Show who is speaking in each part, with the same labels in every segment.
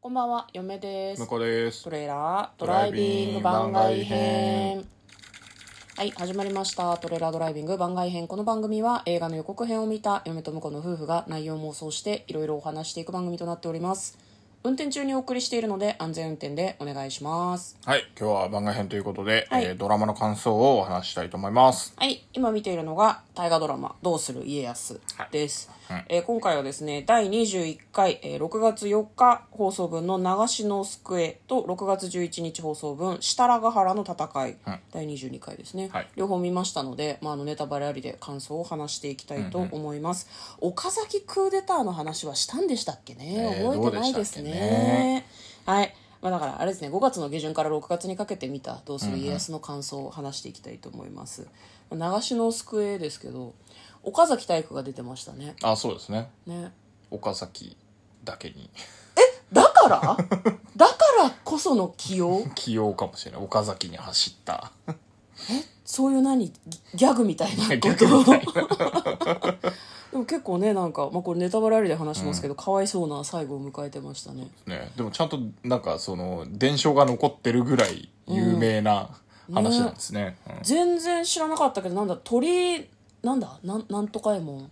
Speaker 1: こんばんは、嫁です
Speaker 2: 向。こうです
Speaker 1: トレーラードライビング番外編。はい、始まりました。トレーラードライビング番外編。この番組は映画の予告編を見た嫁と婿の夫婦が内容を妄想していろいろお話していく番組となっております。運転中にお送りしているので安全運転でお願いします。
Speaker 2: はい今日は番外編ということで、
Speaker 1: はい
Speaker 2: えードラマの感想をお話ししたいと思います
Speaker 1: はい、今見ているのが大河ドラマ「どうする家康」です、
Speaker 2: はい
Speaker 1: えー今回はですね第21回、えー6月4日放送分の「長篠救え」と6月11日放送分「設楽原の戦い」
Speaker 2: はい
Speaker 1: 第22回ですね、
Speaker 2: はい
Speaker 1: 両方見ましたので、まあ、あのネタバレありで感想を話していきたいと思います、岡崎クーデターの話はしたんでしたっけね、
Speaker 2: えー
Speaker 1: 覚えてないですね
Speaker 2: どうでしたっけね
Speaker 1: はい。まあ、だからあれですね5月の下旬から6月にかけて見た「どうする家康」の感想を話していきたいと思います、まあ長篠救えですけど岡崎体育が出てましたね
Speaker 2: あそうですね
Speaker 1: ね
Speaker 2: 岡崎だけに
Speaker 1: だからだからこその起用
Speaker 2: 起用かもしれない岡崎に走った
Speaker 1: そういう何ギギャグみたいなこと
Speaker 2: 逆みたいな
Speaker 1: でも結構ねなんか、まあ、これネタバレありで話しますけど、かわいそうな最後を迎えてましたね
Speaker 2: ねでもちゃんとなんかその伝承が残ってるぐらい有名な話なんですね,うん、
Speaker 1: 全然知らなかったけどなんだ鳥なんだなんなんとかえもん、
Speaker 2: ん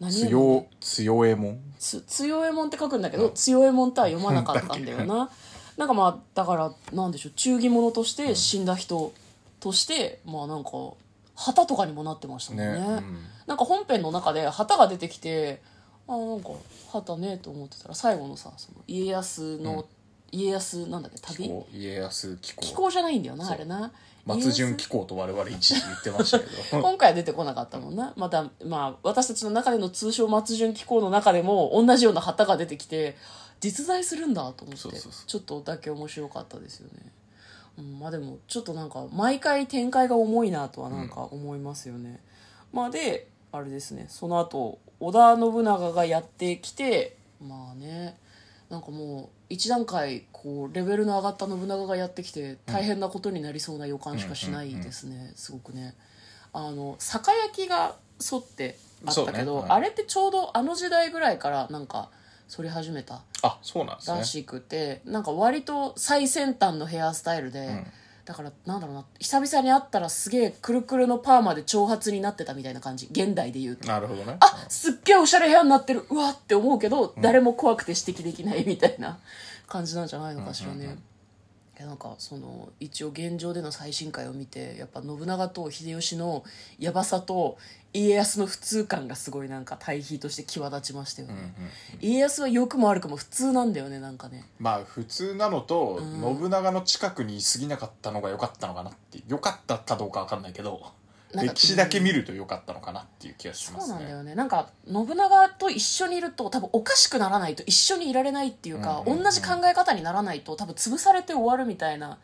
Speaker 1: 何右衛門
Speaker 2: 強強えもん
Speaker 1: つ強えもんって書くんだけど、強えもんとは読まなかったんだよ ななんかまあだからなんでしょう忠義者として死んだ人として、まあなんか旗とかにもなってましたもん
Speaker 2: ね
Speaker 1: ね
Speaker 2: うん
Speaker 1: なんか本編の中で旗が出てきてあなんか旗ねと思ってたら最後のさその家康の、家康なんだっけ旅
Speaker 2: こう家康紀
Speaker 1: 気
Speaker 2: 行
Speaker 1: 候じゃないんだよな
Speaker 2: そう
Speaker 1: あれな
Speaker 2: 松
Speaker 1: 家
Speaker 2: 潤
Speaker 1: 康
Speaker 2: 紀行と我々一時言ってましたけど
Speaker 1: 今回は出てこなかったもんな。また、まあ、私たちの中での通称松潤機構の中でも、同じような旗が出てきて、実在するんだと思って、
Speaker 2: そうそうそう
Speaker 1: ちょっとだけ面白かったですよね。うん、まあでも、ちょっとなんか、毎回展開が重いなとはなんか思いますよね。まあで、あれですね、その後、織田信長がやってきて、まあね、なんかもう、一段階、こう、レベルの上がった信長がやってきて、大変なことになりそうな予感しかしないですね、すごくね。あの酒焼きが剃ってあったけ
Speaker 2: そ
Speaker 1: ど、
Speaker 2: うねはい
Speaker 1: あれってちょうどあの時代ぐらいからなんか剃り始めた
Speaker 2: あそうなんですね
Speaker 1: らしくて、なんか割と最先端のヘアスタイルで、
Speaker 2: ん
Speaker 1: だからなんだろうな久々に会ったらすげえくるくるのパーマで長髪になってたみたいな感じ現代で言うと。
Speaker 2: なるほどね
Speaker 1: あすっげえおしゃれ部屋になってるうわって思うけど、誰も怖くて指摘できないみたいな感じなんじゃないのかしらね、
Speaker 2: うんうんうん
Speaker 1: いやなんかその一応現状での最新回を見てやっぱ信長と秀吉のヤバさと家康の普通感がすごいなんか対比として際立ちましたよね、
Speaker 2: うんうん
Speaker 1: 家康は良くも悪くも普通なんだよねなんかね
Speaker 2: まあ普通なのと、
Speaker 1: うん
Speaker 2: 信長の近くに過ぎなかったのが良かったのかなって良かったかどうかわかんないけど
Speaker 1: なんか
Speaker 2: 歴史だけ見ると良かったのかなっていう気がしま
Speaker 1: そう
Speaker 2: す
Speaker 1: なん
Speaker 2: ね
Speaker 1: だよねなんか信長と一緒にいると多分おかしくならないと一緒にいられないっていうか、
Speaker 2: うんうんうん
Speaker 1: 同じ考え方にならないと多分潰されて終わるみたいな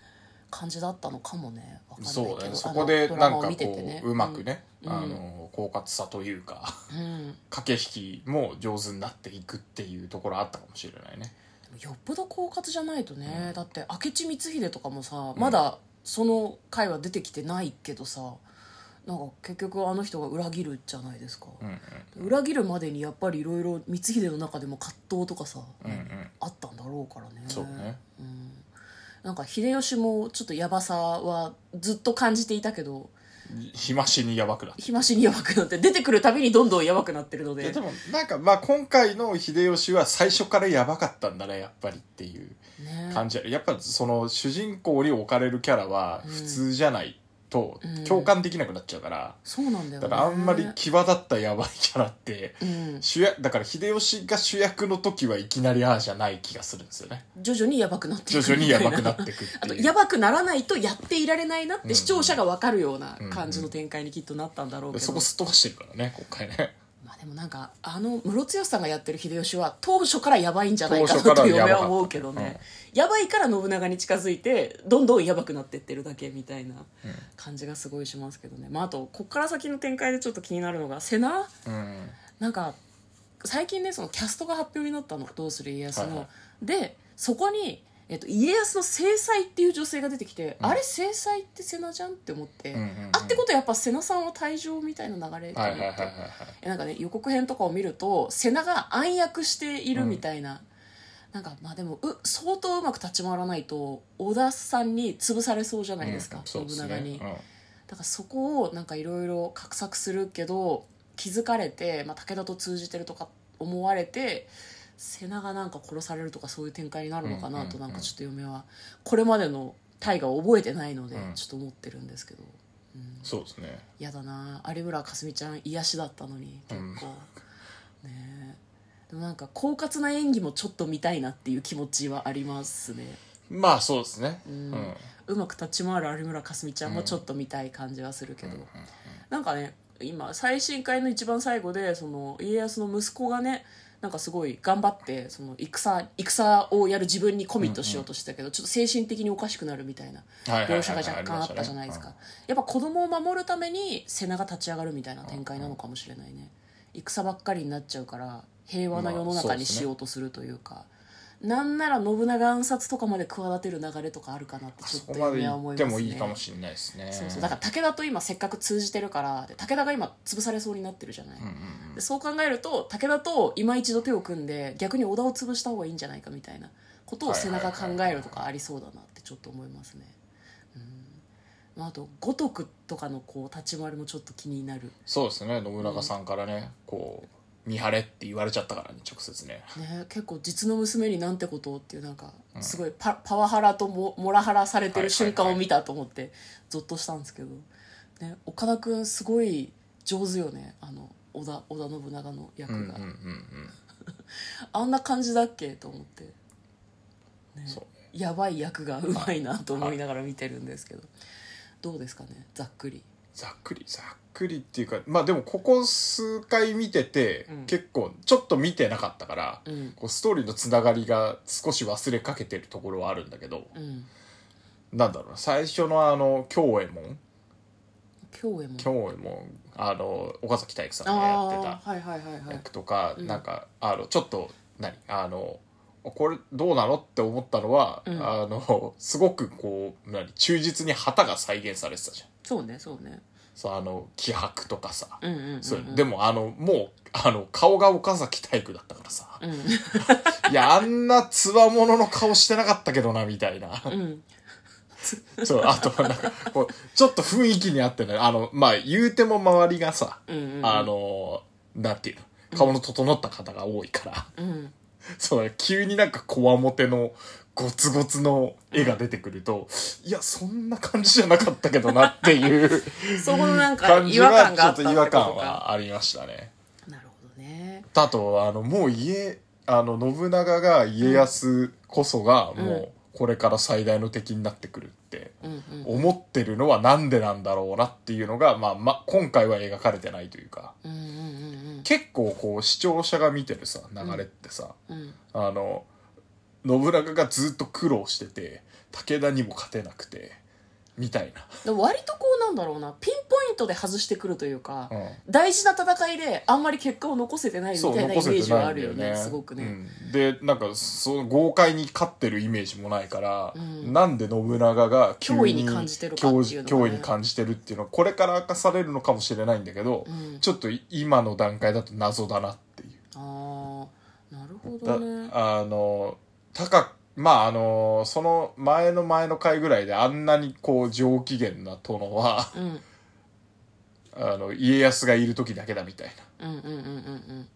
Speaker 1: 感じだったのかもねわかんないけど
Speaker 2: そうね
Speaker 1: あの
Speaker 2: そこで
Speaker 1: ドラ
Speaker 2: なん
Speaker 1: マ
Speaker 2: か
Speaker 1: を
Speaker 2: こう
Speaker 1: 見ててね
Speaker 2: うまくね、
Speaker 1: うん
Speaker 2: あの狡猾さというか
Speaker 1: うん、うん
Speaker 2: 駆け引きも上手になっていくっていうところあったかもしれないね
Speaker 1: よっぽど狡猾じゃないとね、
Speaker 2: うん
Speaker 1: だって明智光秀とかもさまだその回は出てきてないけどさなんか結局あの人が裏切るじゃないですか、
Speaker 2: うんうん
Speaker 1: 裏切るまでにやっぱりいろいろ光秀の中でも葛藤とかさ、
Speaker 2: うんうん
Speaker 1: あったんだろうからね
Speaker 2: そうね
Speaker 1: うん、なんか秀吉もちょっとヤバさはずっと感じていたけど
Speaker 2: 日増しにやばくなって
Speaker 1: 日増しにヤバくなって出てくるたびにどんどんヤバくなってるの
Speaker 2: いや
Speaker 1: で
Speaker 2: でもなんかまあ今回の秀吉は最初からやばかったんだねやっぱりっていう
Speaker 1: ね
Speaker 2: 感じあるやっぱその主人公に置かれるキャラは
Speaker 1: うん
Speaker 2: 普通じゃないと
Speaker 1: うん
Speaker 2: 共感できなくなっちゃうから、
Speaker 1: そうなんだよね
Speaker 2: だからあんまり際立ったやばいキャラって
Speaker 1: うん、
Speaker 2: 主役だから秀吉が主役の時はいきなりああじゃない気がするんですよね
Speaker 1: 徐々にヤバくなって
Speaker 2: 徐
Speaker 1: いく
Speaker 2: 々
Speaker 1: み
Speaker 2: に
Speaker 1: た
Speaker 2: や
Speaker 1: い
Speaker 2: ばくなってく
Speaker 1: あ
Speaker 2: って
Speaker 1: と
Speaker 2: いう
Speaker 1: やばくならないとやっていられないなって視聴者が分かるような
Speaker 2: うん
Speaker 1: 感じの展開にきっとなったんだろうけど、
Speaker 2: そこすっ飛ばしてるからね今回ね
Speaker 1: まあ、でもなんかあのムロツヨシさんがやってる秀吉は当初からやばいんじゃないか
Speaker 2: 当
Speaker 1: な
Speaker 2: 初から
Speaker 1: と
Speaker 2: やばかった
Speaker 1: 嫁は思うけどね、やばいから信長に近づいてどんどんやばくなってってるだけみたいな感じがすごいしますけどね、まあ、あとこっから先の展開でちょっと気になるのが瀬名
Speaker 2: うん
Speaker 1: なんか最近ねそのキャストが発表になったの「どうする家康の」
Speaker 2: はいは
Speaker 1: でそこに、えっと、家康の正妻っていう女性が出てきて、
Speaker 2: うん
Speaker 1: あれ正妻って瀬名じゃんって思って、
Speaker 2: うんうんうん
Speaker 1: あってことはやっぱ瀬名さんは退場みたいな流れと
Speaker 2: はい
Speaker 1: 思っ
Speaker 2: はい
Speaker 1: て、
Speaker 2: はいはいはい
Speaker 1: えなんかね予告編とかを見ると瀬名が暗躍しているみたいな、なんかまあでもう相当うまく立ち回らないと織田さんに潰されそうじゃないですか、
Speaker 2: うんそうです
Speaker 1: 信
Speaker 2: ね
Speaker 1: 長に、
Speaker 2: うん
Speaker 1: だからそこをなんかいろいろ画策するけど気づかれて、まあ、武田と通じてるとか思われて瀬名がなんか殺されるとかそういう展開になるのかな
Speaker 2: うんうん
Speaker 1: と
Speaker 2: うん
Speaker 1: なんかちょっと嫁はこれまでの大河を覚えてないので
Speaker 2: うん
Speaker 1: ちょっと思ってるんですけど、うん、
Speaker 2: そうですね
Speaker 1: やだな有村架純ちゃん癒しだったのに結構、ねえでもなんか狡猾な演技もちょっと見たいなっていう気持ちはありますね
Speaker 2: まあそうですね、うんん
Speaker 1: うまく立ち回る有村架純ちゃんもちょっと見たい感じはするけど、なんかね今最新回の一番最後でその家康の息子がねなんかすごい頑張ってその戦戦をやる自分にコミットしようとしてたけど、ちょっと精神的におかしくなるみたいな
Speaker 2: はいはいはいはい
Speaker 1: 描写が若干あったじゃないですか、やっぱ子供を守るために瀬名が立ち上がるみたいな展開なのかもしれないね戦ばっかりになっちゃうから平和な世の
Speaker 2: まあそ
Speaker 1: 中
Speaker 2: う
Speaker 1: に
Speaker 2: ですね
Speaker 1: しようとするというか、なんなら信長暗殺とかまで企てる流れとかあるかなってちょ
Speaker 2: そ
Speaker 1: っ
Speaker 2: ことまで
Speaker 1: 夢は
Speaker 2: 行
Speaker 1: 思
Speaker 2: っ
Speaker 1: い
Speaker 2: て
Speaker 1: ます
Speaker 2: も
Speaker 1: ね
Speaker 2: いいかもしれないですね
Speaker 1: そうそうだから武田と今せっかく通じてるからで武田が今潰されそうになってるじゃない、
Speaker 2: うんうん
Speaker 1: でそう考えると武田と今一度手を組んで逆に織田を潰した方がいいんじゃないかみたいなことを背中考えるとかありそうだなってちょっと思いますね。うんまあ、あと五徳とかのこう立ち回りもちょっと気になる
Speaker 2: そうですね信長さんからね、こう見張れって言われちゃったからね直接ね
Speaker 1: ね結構実の娘になんてことをっていうなんかすごいパ,、パワハラとモモラハラされてる瞬間を見たと思ってゾッとしたんですけど、ね、岡田君すごい上手よねあの織田織田信長の役
Speaker 2: う
Speaker 1: が、
Speaker 2: んうんうんうん
Speaker 1: あんな感じだっけと思って、ね
Speaker 2: そう
Speaker 1: やばい役がうまいなと思いながら見てるんですけど、どうですかねざっくり
Speaker 2: ざっくりざっくりっていうかまあでもここ数回見てて、
Speaker 1: うん
Speaker 2: 結構ちょっと見てなかったから、
Speaker 1: うん
Speaker 2: こうストーリーのつながりが少し忘れかけてるところはあるんだけど、
Speaker 1: うん
Speaker 2: なんだろうな最初のあの京右衛門
Speaker 1: 京右衛門
Speaker 2: 京右衛門あの岡崎体育さんが
Speaker 1: あ
Speaker 2: やって
Speaker 1: あーはいはいはいは
Speaker 2: た
Speaker 1: い
Speaker 2: 役とか、
Speaker 1: うん
Speaker 2: なんかあのちょっと何あのこれどうなのって思ったのは、
Speaker 1: うん
Speaker 2: あのすごくこう何忠実に旗が再現されてたじゃん
Speaker 1: そうねそうね
Speaker 2: そうあの気迫とかさ、
Speaker 1: うんうんうん、うん、
Speaker 2: そうでもあのもうあの顔が岡崎体育だったからさ、
Speaker 1: うん
Speaker 2: いやあんなつわものの顔してなかったけどなみたいな、
Speaker 1: うん
Speaker 2: そうあとなんかこうちょっと雰囲気に合ってないあのまあ言うても周りがさ、
Speaker 1: うん うんうん
Speaker 2: あのなんていうの顔の整った方が多いから、
Speaker 1: うん
Speaker 2: そう急になんかこわもてのゴツゴツの絵が出てくると、いやそんな感じじゃなかったけどなっていう
Speaker 1: そこの なんか
Speaker 2: 感
Speaker 1: 違
Speaker 2: じ
Speaker 1: 和
Speaker 2: は
Speaker 1: 感
Speaker 2: ち
Speaker 1: が
Speaker 2: ょ
Speaker 1: あ
Speaker 2: っ
Speaker 1: った
Speaker 2: と
Speaker 1: って
Speaker 2: 違
Speaker 1: こ
Speaker 2: 和
Speaker 1: と
Speaker 2: 感
Speaker 1: か
Speaker 2: はありましたね。
Speaker 1: なるほどね
Speaker 2: あとあのもう家あの信長が家康こそが
Speaker 1: うん
Speaker 2: もうこれから最大の敵になってくるって
Speaker 1: うんうん
Speaker 2: 思ってるのはなんでなんだろうなっていうのが、まあま、今回は描かれてないというか
Speaker 1: うんうん
Speaker 2: 結構こう視聴者が見てるさ流れってさ、
Speaker 1: うんうん
Speaker 2: あの信長がずっと苦労してて武田にも勝てなくてみたい
Speaker 1: でも割とこうなんだろうなピンポイントで外してくるというか、
Speaker 2: な、うん、
Speaker 1: 大事な戦いであんまり結果を残せてないみた
Speaker 2: そう
Speaker 1: いなイメ
Speaker 2: 残せ
Speaker 1: ー
Speaker 2: て
Speaker 1: ジ
Speaker 2: ない
Speaker 1: は
Speaker 2: んだ
Speaker 1: あるよねすごくね、
Speaker 2: うんでなんかその豪快に勝ってるイメージもないから、
Speaker 1: うん
Speaker 2: なんで信長が急
Speaker 1: 脅威に感じてるかっていうのがね
Speaker 2: 脅威に感じてるっていうのはこれから明かされるのかもしれないんだけど、
Speaker 1: うん
Speaker 2: ちょっと今の段階だと謎だなっていう。
Speaker 1: ああなるほど
Speaker 2: だ
Speaker 1: ね
Speaker 2: あの高くまああのその前の前の回ぐらいであんなにこう上機嫌な殿は
Speaker 1: うんうん
Speaker 2: あの家康がいる時だけだみたいな
Speaker 1: うんうんうん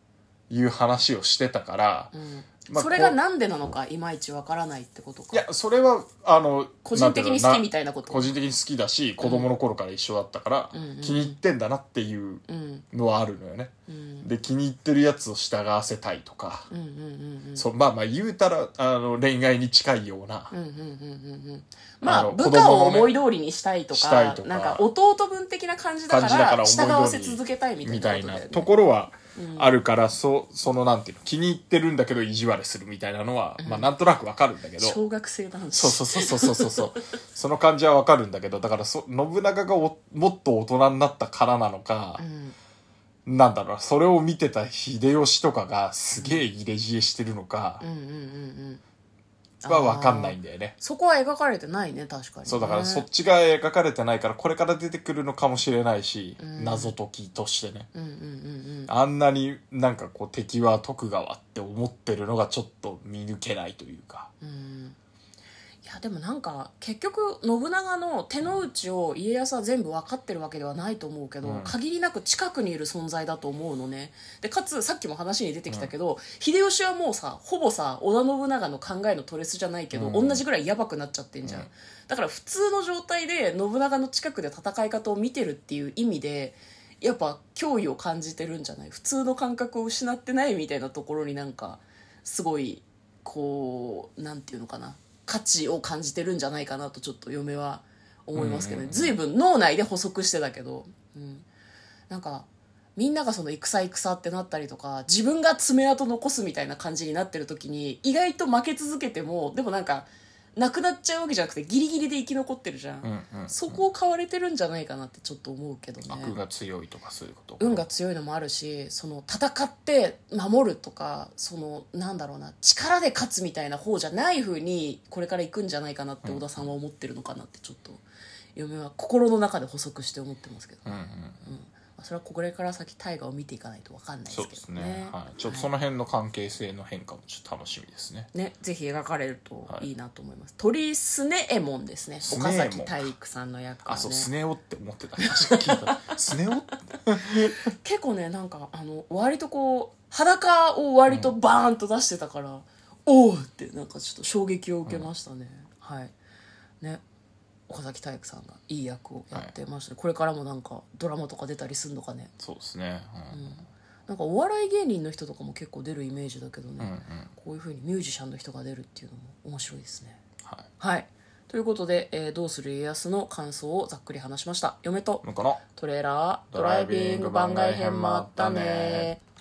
Speaker 2: いう話をしてたから、
Speaker 1: うんうん
Speaker 2: まあ
Speaker 1: それが
Speaker 2: こう
Speaker 1: なんでなのかいまいちわからないってことか
Speaker 2: いやそれはあの
Speaker 1: 個人的に好きみ
Speaker 2: い
Speaker 1: たいなこと
Speaker 2: 個人的に好きだし子供の頃から一緒だったから、
Speaker 1: うんうんうん
Speaker 2: 気に入ってんだなっていう
Speaker 1: うん
Speaker 2: のはあるのよね、
Speaker 1: うん
Speaker 2: で気に入ってるやつを従わせたいとか、
Speaker 1: うんうんうんうん
Speaker 2: そうまあまあ言うたらあの恋愛に近いような
Speaker 1: うんうんうんうんうんま
Speaker 2: あ
Speaker 1: あ
Speaker 2: の
Speaker 1: 部下を思い通りにしたいと
Speaker 2: したい
Speaker 1: か
Speaker 2: とか
Speaker 1: なんか弟分的な感じだ
Speaker 2: 感じだ
Speaker 1: か
Speaker 2: から
Speaker 1: ら
Speaker 2: 思い通
Speaker 1: 従
Speaker 2: り
Speaker 1: わせ続けたいみ
Speaker 2: み
Speaker 1: た
Speaker 2: た
Speaker 1: い
Speaker 2: い
Speaker 1: な
Speaker 2: な
Speaker 1: ことだ
Speaker 2: と
Speaker 1: よね
Speaker 2: ころは
Speaker 1: うん
Speaker 2: あるから、そそのなんていうの気に入ってるんだけど意地悪するみたいなのは、まあなんとなくわかるんだけど。
Speaker 1: 小学生男子
Speaker 2: そうそうそうそうそうそう その感じはわかるんだけどだからそ信長がおもっと大人になったからなのか、
Speaker 1: うん
Speaker 2: なんだろうなそれを見てた秀吉とかがすげえ入れ知恵してるのか、
Speaker 1: うんうんうんうん
Speaker 2: は分かんないんだよね
Speaker 1: そこは描かれてないね確かにね
Speaker 2: そうだからそっちが描かれてないからこれから出てくるのかもしれないし、
Speaker 1: うん
Speaker 2: 謎解きとしてね
Speaker 1: うんうんうん
Speaker 2: あんなになんかこう敵は徳川って思ってるのがちょっと見抜けないというか
Speaker 1: うんうんいやでもなんか結局信長の手の内を家康は全部分かってるわけではないと思うけど、
Speaker 2: うん
Speaker 1: 限りなく近くにいる存在だと思うのねでかつさっきも話に出てきたけど、秀吉はもうさほぼさ織田信長の考えのトレスじゃないけど、
Speaker 2: うん
Speaker 1: 同じぐらいやばくなっちゃってんじゃん、
Speaker 2: うん
Speaker 1: だから普通の状態で信長の近くで戦い方を見てるっていう意味でやっぱ脅威を感じてるんじゃない普通の感覚を失ってないみたいなところになんかすごいこうなんていうのかな価値を感じてるんじゃないかなとちょっと嫁は思いますけど
Speaker 2: うん
Speaker 1: ね
Speaker 2: うん
Speaker 1: 随分脳内で補足してたけど、うん、なんかみんながその戦戦ってなったりとか自分が爪痕残すみたいな感じになってる時に意外と負け続けてもでもなんかなくなっちゃうわけじゃなくてギリギリで生き残ってるじゃん、
Speaker 2: うんうんうん
Speaker 1: そこを買われてるんじゃないかなってちょっと思うけどね
Speaker 2: 悪が強いとかそういうこと
Speaker 1: 運が強いのもあるしその戦って守るとかそのなんだろうな力で勝つみたいな方じゃない風にこれから行くんじゃないかなって
Speaker 2: うん
Speaker 1: 小田さんは思ってるのかなってちょっと嫁は心の中で補足して思ってますけど、
Speaker 2: うんうん
Speaker 1: まあそれはこれから先大河を見ていかないと分かんないで
Speaker 2: そう
Speaker 1: す
Speaker 2: で
Speaker 1: け
Speaker 2: す
Speaker 1: ど
Speaker 2: ね
Speaker 1: ね
Speaker 2: はい、ちょっとその辺の関係性の変化もちょっと楽しみですね
Speaker 1: ね、ぜひ描かれるといいなと思います、鳥スネエモンですね
Speaker 2: スネエモ
Speaker 1: 岡
Speaker 2: ン
Speaker 1: 崎体育さんの役は
Speaker 2: あ
Speaker 1: ね
Speaker 2: そう、スネ夫って思ってた確か聞い たスネ夫って
Speaker 1: 結構ねなんかあの割とこう裸を割とバーンと出してたから、おおってなんかちょっと衝撃を受けましたね、はいね岡崎体育さんがいい役をやってましたね、これからもなんかドラマとか出たりすんのかね
Speaker 2: そうですねうん
Speaker 1: なんかお笑い芸人の人とかも結構出るイメージだけどね、
Speaker 2: うんうん
Speaker 1: こういう風にミュージシャンの人が出るっていうのも面白いですね
Speaker 2: はい
Speaker 1: はいということで、えーどうする家康」の感想をざっくり話しました嫁と
Speaker 2: 向こうの
Speaker 1: トレーラード
Speaker 2: ド
Speaker 1: ラ
Speaker 2: ラ
Speaker 1: イ
Speaker 2: イ
Speaker 1: ビ
Speaker 2: ビ
Speaker 1: ン
Speaker 2: ン
Speaker 1: グ
Speaker 2: グ
Speaker 1: 番
Speaker 2: 番
Speaker 1: 外
Speaker 2: 外
Speaker 1: 編
Speaker 2: 編
Speaker 1: も
Speaker 2: も
Speaker 1: あ
Speaker 2: あ
Speaker 1: っ
Speaker 2: ったた
Speaker 1: ね
Speaker 2: ね